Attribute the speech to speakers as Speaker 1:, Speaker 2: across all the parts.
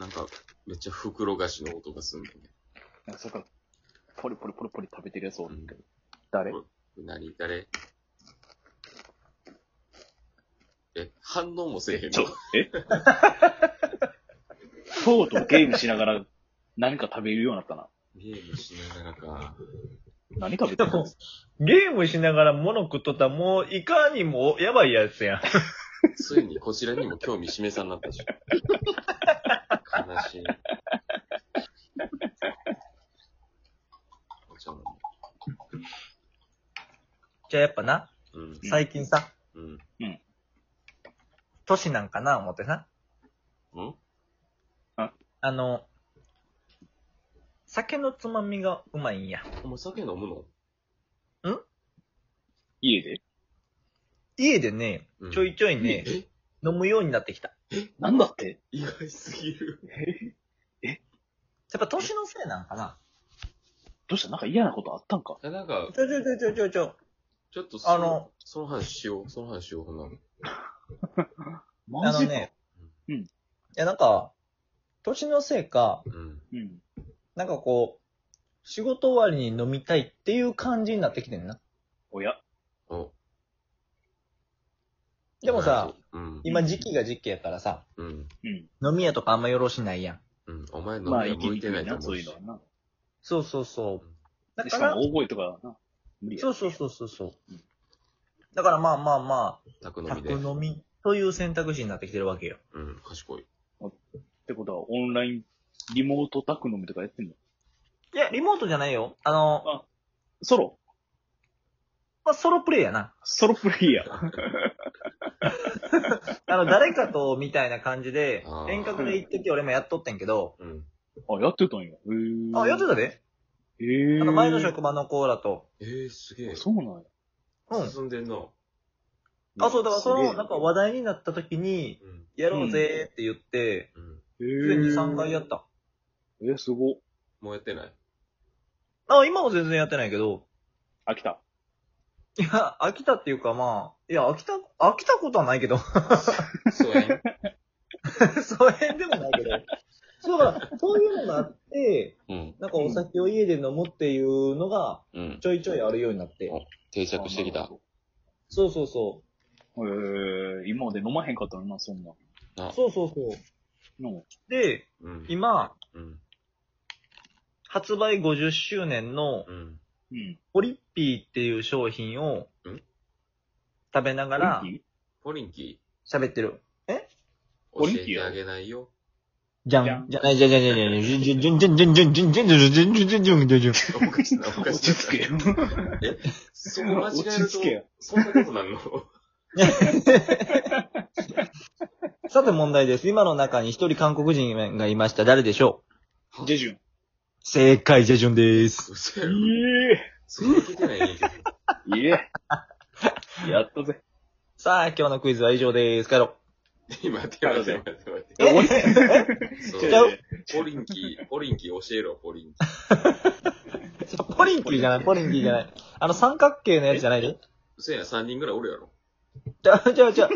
Speaker 1: なんか、めっちゃ袋菓子の音がすんのね。
Speaker 2: なんかそれから、ポリポリポリポリ食べてるやつおるけど。
Speaker 1: う
Speaker 2: 誰
Speaker 1: ん何誰え、反応もせえへん
Speaker 2: ちょ
Speaker 1: の、
Speaker 2: え そうとゲームしながら何か食べるようになったな。
Speaker 1: ゲームしながらか。
Speaker 2: 何食べてる
Speaker 3: でもゲームしながら物食っとったらもういかにもやばいやつやん。
Speaker 1: ついにこちらにも興味示さんなったでしょ。悲しい。お茶飲
Speaker 3: じゃあやっぱな、
Speaker 1: む。うん。
Speaker 3: 最近さ、
Speaker 1: うん。
Speaker 3: 年なんかな思ってさ、
Speaker 1: うん
Speaker 3: あの、酒のつまみがうまいんや。
Speaker 1: お前酒飲むの
Speaker 2: 家で
Speaker 3: 家でね
Speaker 1: うん、
Speaker 3: ちょいちょいね、
Speaker 1: え
Speaker 3: 飲むようになってきた。
Speaker 2: なんだって
Speaker 1: 意外すぎる。
Speaker 3: やっぱ年のせいなんかな
Speaker 2: どうしたなんか嫌なことあったんか
Speaker 1: えなんか、
Speaker 3: ちょちょちょちょちょちょ。
Speaker 1: ちょっと
Speaker 3: あの、
Speaker 1: その話しよう。その話しよう、ほんなら
Speaker 3: あ
Speaker 2: マ
Speaker 3: の
Speaker 2: ジか、
Speaker 3: ね、
Speaker 2: うん
Speaker 3: いやなんか、年のせいか、
Speaker 1: うん。
Speaker 2: うん。
Speaker 3: なんかこう、仕事終わりに飲みたいっていう感じになってきてんな。
Speaker 2: おや、
Speaker 1: お
Speaker 3: でもさ、、
Speaker 1: うん。
Speaker 3: 今時期が時期やからさ、
Speaker 1: うん。
Speaker 2: うん。
Speaker 3: 飲み屋とかあんまよろしないやん。
Speaker 1: うん。お前飲み
Speaker 2: まあ、
Speaker 1: は
Speaker 2: 生き
Speaker 1: 向
Speaker 2: に
Speaker 1: い
Speaker 2: く
Speaker 1: てない
Speaker 2: い
Speaker 1: と
Speaker 2: な、
Speaker 1: 思
Speaker 2: そう
Speaker 1: う
Speaker 2: いう
Speaker 1: し
Speaker 2: の。はな。
Speaker 3: そうそうそう。だ
Speaker 2: で
Speaker 3: か
Speaker 2: しからも、、大声とかはな、無理や。
Speaker 3: そうそうそうそうそう。だからまあまあま
Speaker 1: 宅
Speaker 3: あ、
Speaker 1: 飲み
Speaker 3: 宅
Speaker 1: で。
Speaker 3: 飲みという選択肢になってきてるわけよ。
Speaker 1: うん。賢 い。
Speaker 2: ってことは、オンライン、リモート宅飲みとかやってんの
Speaker 3: いや、リモートじゃないよ。あの、
Speaker 2: ソロ
Speaker 3: まあ、ソロプレイやな。
Speaker 2: ソロプレイヤー。
Speaker 3: あ の、誰かと、みたいな感じで
Speaker 1: あ、ー
Speaker 3: 遠隔で行ってき俺もやっとってんけど、
Speaker 1: うん。
Speaker 2: あ、やってたんや。へー
Speaker 3: あ、やってたで。
Speaker 2: へー
Speaker 3: あの、前の職場の子らと。
Speaker 1: えー、すげえ
Speaker 2: あ。そうなんや。
Speaker 3: うん。
Speaker 1: 進んでんな。
Speaker 3: あ、そう、だからそ
Speaker 2: すげ
Speaker 3: の、
Speaker 2: え
Speaker 3: なんか話題になった時に、
Speaker 1: うん。
Speaker 3: やろうぜって言って、
Speaker 1: うん。
Speaker 3: すでに
Speaker 2: へー
Speaker 3: 3回やった。
Speaker 2: えー、すご。
Speaker 1: もうやってない
Speaker 3: あ、今は全然やってないけど、
Speaker 2: 飽きた。
Speaker 3: いや、飽きたっていうかまあ、いや、飽きた、飽きたことはないけど、
Speaker 1: そう やん。
Speaker 3: そういうでもないけど。そうだから、そういうのがあって、
Speaker 1: うん。
Speaker 3: なんかお酒を家で飲むっていうのが、
Speaker 1: うん。
Speaker 3: ちょいちょいあるようになって。
Speaker 1: 定着してき
Speaker 2: あ
Speaker 1: た。
Speaker 3: そうそうそ
Speaker 2: なるほどへえ、今まで飲まへんかったのな、そんな。
Speaker 1: な
Speaker 3: う。そうそうそう。
Speaker 2: の
Speaker 3: で、
Speaker 1: うん。
Speaker 3: 今、
Speaker 1: うん。
Speaker 3: 発売50周年の
Speaker 1: うん。
Speaker 2: うん。
Speaker 3: ポリッピーっていう商品を
Speaker 1: ん
Speaker 3: 食べなが
Speaker 2: ポ
Speaker 3: ら
Speaker 2: リンキ
Speaker 1: ポリンキ
Speaker 3: 喋ってる。
Speaker 1: ー、教
Speaker 2: ポリン
Speaker 1: え
Speaker 2: キー
Speaker 1: て
Speaker 2: や
Speaker 1: あげない よ。
Speaker 3: じゃ
Speaker 2: じゃん
Speaker 3: ん。じゃない、じゃんじゃんじゃんじゃんじゃんじゃんじゃんじゃんじゃんじゃんじゃんじゃんじゃんじゃんじゃんじゃんじゃんじゃんじ
Speaker 1: おかしな、おか
Speaker 2: ー落
Speaker 1: しな
Speaker 2: ち。着け。
Speaker 1: えそこ間違える
Speaker 2: 落ち着けや
Speaker 1: と、そんなことなんの
Speaker 3: ゃんさて問題です。今の中に一人韓国人がいました。誰でしょ う
Speaker 2: ジェジュン。
Speaker 3: 正解、ジェジュンです。
Speaker 1: 嘘やろ。
Speaker 2: い
Speaker 1: そんな聞いてないね んけど。
Speaker 2: え。いえ。 やったぜ。
Speaker 3: さあ、今日のクイズは以上です。帰ろう。
Speaker 1: 今、待って待って待って待
Speaker 2: え
Speaker 1: って。そ
Speaker 3: ちゃう
Speaker 1: う。ポリンキー、ポリンキー教えろ、ポリンキー。
Speaker 3: ポリンキーじゃ ない、ポリンキーじゃない。あの三角形のやつじゃないで。
Speaker 1: 嘘やん、3人ぐらいおるやろ。
Speaker 3: じゃあ、じゃあ、じゃ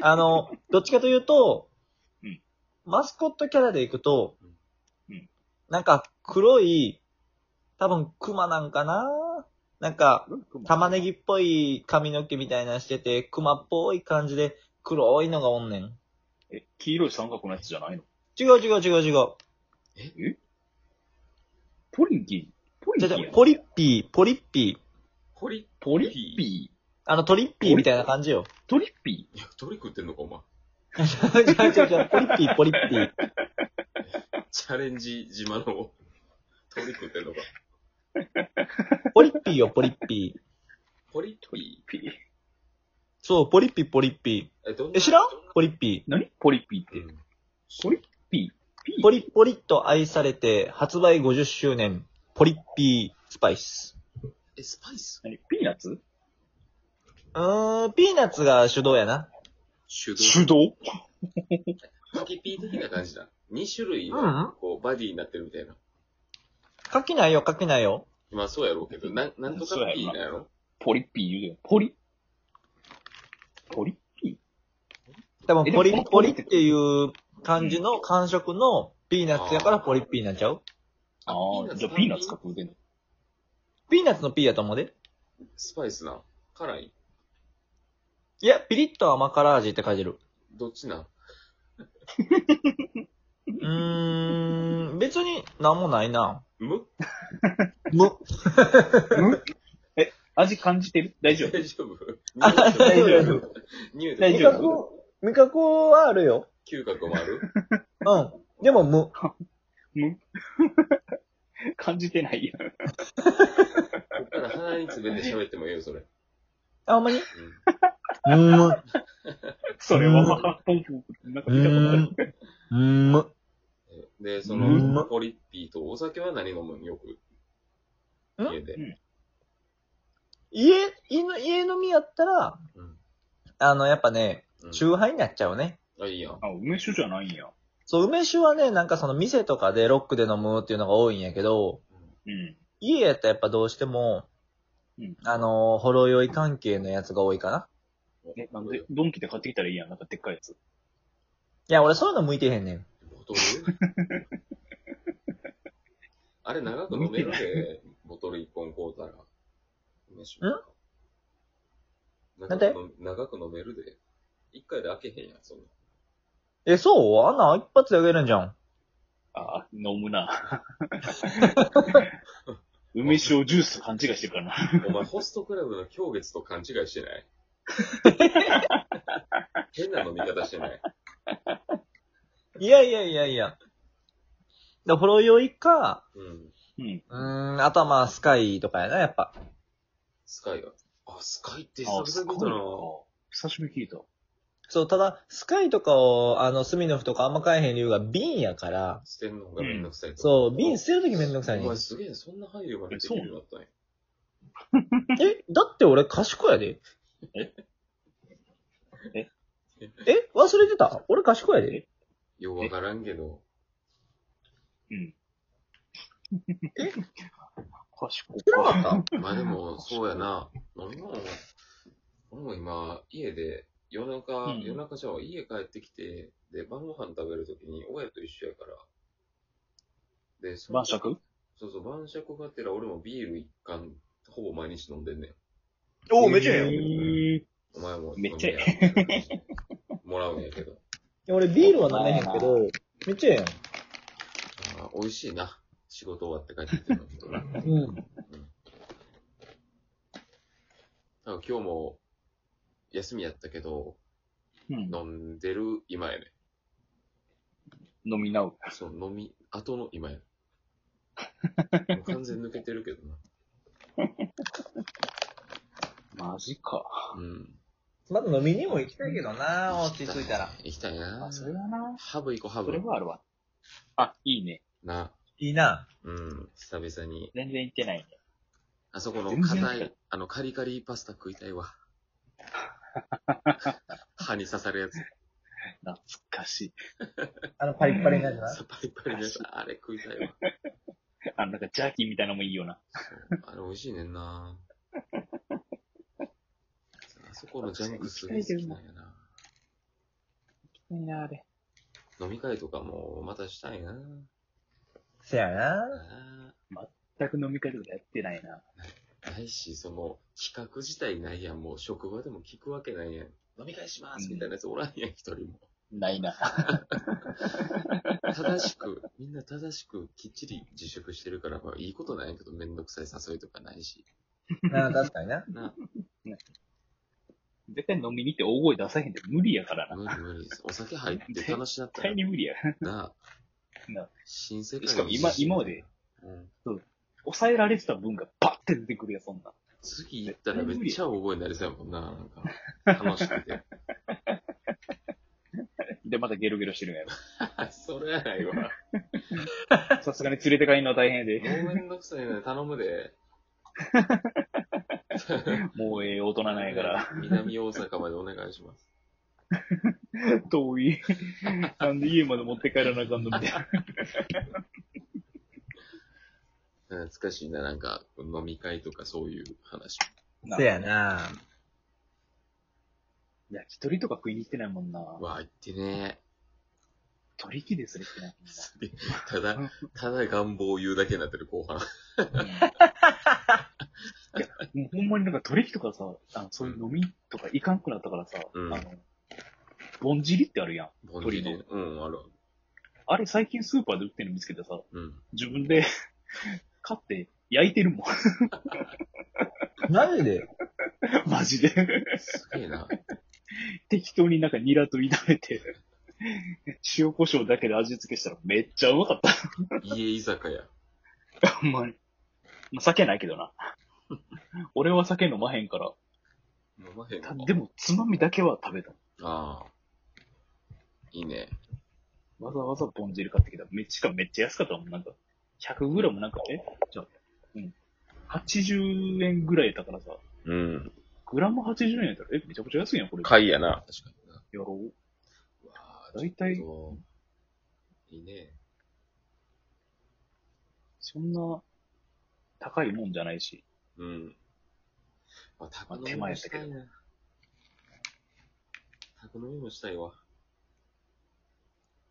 Speaker 3: あ、あの、どっちかというと
Speaker 2: うん、
Speaker 3: マスコットキャラでいくと
Speaker 2: うん、
Speaker 3: なんか黒い、多分クマなんかななんか、玉ねぎっぽい髪の毛みたいなのしてて、クマっぽい感じで黒いのがおんねん。
Speaker 2: え、黄色い三角のやつじゃないの
Speaker 3: 違う違う違う違う。
Speaker 2: ポリンキーポリ
Speaker 3: じ
Speaker 2: ンキ
Speaker 3: ゃじゃ
Speaker 2: ーやん
Speaker 3: ポリッピー、ポリッピー。
Speaker 1: ポリ、
Speaker 2: ポリッピー
Speaker 3: あのトリッピーみたいな感じよ。
Speaker 2: トリッピ
Speaker 1: いや、鳥食ってんのか、お前。
Speaker 3: 違う違う違う、ポリッピー、ポリッピー。
Speaker 1: チャレンジ島の、鳥食ってんのか。
Speaker 3: ポリッピーよ、ポリッピー。
Speaker 1: ポリピ
Speaker 2: ーピー
Speaker 3: そう、ポリッピー、ポリッピ
Speaker 1: ー。え、どん
Speaker 3: ー。え、知らんポリッピ
Speaker 2: 何ポリッピーっ
Speaker 1: う
Speaker 2: て。
Speaker 1: ん
Speaker 2: ポリッピーピー
Speaker 3: ー。ポリッポリッと愛されて、発売50周年、ポリッピースパイス。
Speaker 1: え、スパイス
Speaker 2: 何ピーナッツ
Speaker 3: うーん、ピーナッツが主導やな。
Speaker 1: 手動。
Speaker 2: 手動
Speaker 1: カキピー的な感じだ。2種類
Speaker 3: うんう
Speaker 1: の、こう、バディになってるみたいな。
Speaker 3: 書きないよ、書きないよ。
Speaker 1: まあ、そうやろうけど、なん、なんとかピーなんやろ
Speaker 2: ポリッピー言うてよ。ポリポリッピー
Speaker 3: 多分、ポ
Speaker 2: えで
Speaker 3: リ
Speaker 2: も
Speaker 3: ポリっていう感じの感触のピーナッツやからポリッピーなんちゃう
Speaker 2: ああ、じゃあピ
Speaker 1: ピ
Speaker 2: ー
Speaker 1: ー
Speaker 2: ナ
Speaker 1: ナ
Speaker 2: ッ
Speaker 1: ッ
Speaker 2: ツ
Speaker 1: ツ
Speaker 2: か
Speaker 1: か
Speaker 2: 食うてんの。
Speaker 3: ピーナッツのピーやと思うで。
Speaker 1: スパイスな。辛い
Speaker 3: いや、ピリッと甘辛味って書いてる。
Speaker 1: どっちなん
Speaker 3: うーん、別になんもないな。
Speaker 1: む
Speaker 3: む、
Speaker 2: え、味感じてる大丈夫
Speaker 1: 大丈夫
Speaker 3: あ大丈
Speaker 1: 夫匂い
Speaker 2: 大
Speaker 1: 大
Speaker 2: 丈
Speaker 1: 丈
Speaker 2: 夫
Speaker 1: 夫
Speaker 3: 味覚はあるよ。
Speaker 1: 嗅覚もある
Speaker 3: うん。でも無。
Speaker 2: 感じてないやん。
Speaker 1: こっから鼻に詰めて喋ってもいいよ、それ。うん
Speaker 3: あ、ほんまにうん、む。
Speaker 2: それは、 なんか見たことある。
Speaker 3: うん、む。
Speaker 1: で、そうの、
Speaker 3: ま
Speaker 1: ポリッピーとお酒は何飲むんよく。
Speaker 3: ん
Speaker 1: 家で。
Speaker 3: 家、家の、家飲みやったら、
Speaker 1: うん。
Speaker 3: あの、やっぱね、
Speaker 1: うん
Speaker 3: 中杯になっちゃうね。
Speaker 1: あ、いいやん。
Speaker 2: あ、梅酒じゃないんや。
Speaker 3: そう、梅酒はね、なんかその店とかでロックで飲むっていうのが多いんやけど、
Speaker 2: うん。
Speaker 3: 家やったらやっぱどうしても、
Speaker 2: うん
Speaker 3: あのー、ほろ酔い関係のやつが多いかな。
Speaker 2: え、なんで、ドンキで買ってきたらいいやん。なんかでっかいやつ。
Speaker 3: いや、俺そういうの向いてへんねん。
Speaker 1: ボトル あれ、長く飲めるで、ボトル一本買うたら。梅酒
Speaker 3: な
Speaker 1: 長
Speaker 3: んで
Speaker 1: く飲長く飲めるで。一回で開けへんやん、そんな。
Speaker 3: え、そうあんなん一発であげるんじゃん。
Speaker 2: あ飲むな。 梅酒をジュースと勘違いしてるからな。
Speaker 1: お前、ホストクラブの狂月と勘違いして ない変な飲み方してない。
Speaker 3: いやいやいやいや。で、ほろ酔いか、
Speaker 1: うん。
Speaker 2: うん。
Speaker 3: うーん、頭スカイとかやな、やっぱ。
Speaker 1: スカイは。あ、スカイって久
Speaker 2: あ、
Speaker 1: 々
Speaker 2: す
Speaker 1: に
Speaker 2: ご
Speaker 1: 見
Speaker 2: い
Speaker 1: た
Speaker 2: な
Speaker 1: な。。
Speaker 2: 久しぶりに聞いた。
Speaker 3: そう、ただ、スカイとかを、あの、スミノフとかあんま買えへん理由が瓶やから、
Speaker 1: 捨てんのがめんどくさいとか。
Speaker 3: そう、瓶捨てるときめんどくさい
Speaker 1: お
Speaker 3: ねん
Speaker 1: 前。すげえ、そんな配慮ができるようになったね。
Speaker 3: え、だって俺賢いやで。
Speaker 2: ええ
Speaker 3: え忘れてた俺賢いやで。
Speaker 1: ようわからんけど。
Speaker 2: うん。
Speaker 3: え
Speaker 2: 賢い。
Speaker 1: まあで も、そうやな。俺も、俺も今、家で、夜中、
Speaker 2: うん
Speaker 1: 夜中じゃあ家帰ってきて、で、晩ご飯食べるときに親と一緒やから。で、その
Speaker 2: 晩酌
Speaker 1: そうそう、晩酌がてら俺もビール一缶、ほぼ毎日飲んでんねん。
Speaker 3: お
Speaker 2: えー
Speaker 1: お前も
Speaker 2: めっちゃえ
Speaker 1: ええ。 もらうんやけど。
Speaker 3: 俺ビールは飲めへんけど、めっちゃええやん。
Speaker 1: あー美味しいな。仕事終わって帰ってきてるのと。な
Speaker 3: うん。
Speaker 1: んか今日も休みやったけど、
Speaker 2: うん
Speaker 1: 飲んでる今やね。
Speaker 2: 飲みなう。
Speaker 1: そう、飲み、後の今やね。もう完全に抜けてるけどな。
Speaker 2: マジか。
Speaker 1: うん。
Speaker 3: まだ飲みにも行きたいけどな落ち着いたら。。
Speaker 1: 行きたいな
Speaker 2: あ、。それはな。
Speaker 1: ハブ行こう、ハ
Speaker 2: それ
Speaker 1: ブ。
Speaker 2: はあるわ。あ、いいね。
Speaker 1: な。
Speaker 3: いいな。
Speaker 1: うん。久々に。
Speaker 2: 全然行ってないね。
Speaker 1: あそこの
Speaker 2: 全然
Speaker 1: 硬い、あの、カリカリパスタ食いたいわ。歯に刺さるやつ。
Speaker 2: 懐かしい。
Speaker 3: あの、パリッパリになるな。
Speaker 1: さパリパリのやつ。あれ食いたいわ。
Speaker 2: あ、なんかジャーキーみたいなのもいいよな。
Speaker 1: あれ美味しいねんな。あそこのジャンクすごい好きなんやな。
Speaker 2: いいな、あれ。
Speaker 1: 飲み会とかもまたしたいな。
Speaker 3: せやな
Speaker 1: あ
Speaker 2: 全く飲み会とかやってないな。
Speaker 1: ーないし、その、企画自体ないやん。もう職場でも聞くわけないやん。飲み会しますみたいなやつおらんやん、一人も。
Speaker 2: ないな。
Speaker 1: 正しく、 みんな正しくきっちり自粛してるから、まあいいことないけど、めんどくさい誘いとかないし。
Speaker 3: なあ、確か にな。
Speaker 1: な、
Speaker 2: 絶対飲みに行って大声出さへんで無理やからな。
Speaker 1: 無理無理 です。お酒入って楽しなった
Speaker 2: 絶対
Speaker 1: ら、
Speaker 2: に無理や。
Speaker 1: な、
Speaker 2: な
Speaker 1: 新世界
Speaker 2: しかも
Speaker 1: の地
Speaker 2: 今、
Speaker 1: 震
Speaker 2: 今まで
Speaker 1: うん。
Speaker 2: 抑えられてた分がバッて出てくるやん、そんな。
Speaker 1: 次行ったらめっちゃ大声になりそうやもんな、なんか。楽しくて。
Speaker 2: で、またゲロゲロしてるん や
Speaker 1: それやないわ。
Speaker 2: ろ。さすがに連れて帰るのは大変やで。
Speaker 1: もうめんどくさいな、頼む で。
Speaker 2: もうええ大人なんやから。
Speaker 1: 南大阪までお願いします。
Speaker 2: 遠い。なんで家まで持って帰らなあかんのみたいな。
Speaker 1: 懐かしいな、なんか、飲み会とかそういう話。
Speaker 3: せやな。
Speaker 2: 焼き鳥とか食いに来てないもんな。
Speaker 1: うわ、行ってね。
Speaker 2: 取引ですね、ってな
Speaker 1: ただ、ただ願望を言うだけになってる後半。
Speaker 2: みんな。もうほんまになんか取引とかさ、あのそういう飲みとかいかんくなったからさ、
Speaker 1: うん
Speaker 2: あの、ぼんじりってあるやん。
Speaker 1: ボンジリ
Speaker 2: 鳥
Speaker 1: うん、あるある。
Speaker 2: あれ最近スーパーで売ってるの見つけてさ、
Speaker 1: うん。
Speaker 2: 自分で 買って焼いてるもん。
Speaker 3: なんで
Speaker 2: マジで。
Speaker 1: すげえな。
Speaker 2: 適当になんかニラと炒めて、塩胡椒だけで味付けしたらめっちゃうまかった。
Speaker 1: 家居酒屋。
Speaker 2: ほんまに。まあ、酒ないけどな。 俺は酒飲まへんから。
Speaker 1: 飲まへん
Speaker 2: た
Speaker 1: の
Speaker 2: でも、つまみだけは食べた。
Speaker 1: ああ。いいね。
Speaker 2: わざわざぼんじり買ってきた。めっちゃ、めっちゃ安かったもん。なんか、100グラムなんか、えじゃあ、うん。80円ぐらいだからさ、
Speaker 1: うん。
Speaker 2: グラム80円やったら、え、めちゃくちゃ安いやん、これ。
Speaker 1: 買いやな。確かにな。
Speaker 2: やろう。
Speaker 1: わあ
Speaker 2: 大体
Speaker 1: ちょっといいね。
Speaker 2: そんな、高いもんじゃないし。
Speaker 1: うん。まあ、宅飲
Speaker 2: 手
Speaker 1: み
Speaker 2: 前
Speaker 1: も
Speaker 2: やっ
Speaker 1: した
Speaker 2: け
Speaker 1: た
Speaker 2: ど
Speaker 1: いな。宅飲みもしたいわ。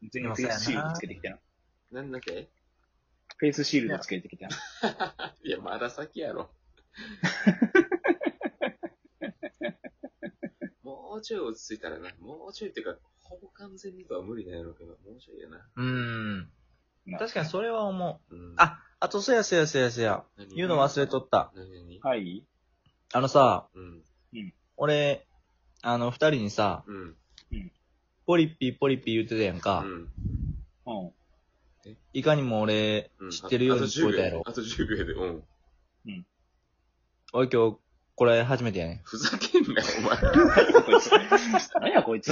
Speaker 2: 全員フェイスシールドつけてきてな。
Speaker 1: なんだっけ
Speaker 2: フェイスシールドつけてきてな。
Speaker 1: いや、まだ先や ろ。もうちょい落ち着いたらな、もうちょいっていうか、ほぼ完全にとは無理なんやろうけど、もうちょいやな。
Speaker 3: うん。
Speaker 2: な
Speaker 3: 確かにそれは思う。
Speaker 1: うん、
Speaker 3: あ、あとそやそやそやそや。
Speaker 1: 何
Speaker 3: 言うの忘れとった。
Speaker 1: 何々
Speaker 2: はい。
Speaker 3: あのさ、
Speaker 1: うん。
Speaker 3: 俺、あの、二人にさ、
Speaker 1: うん。
Speaker 3: ポリッピーポリッピー言ってたやん
Speaker 1: う
Speaker 3: か。
Speaker 1: ん。
Speaker 2: うん。
Speaker 3: いかにも俺
Speaker 1: うん、
Speaker 3: 知ってるように聞こえたやろ。
Speaker 1: あと10秒やで、うん。
Speaker 3: 俺今日、これ初めてやね。
Speaker 1: ふざけんなよ、お前。
Speaker 2: 何やこいつ。何やこいつ。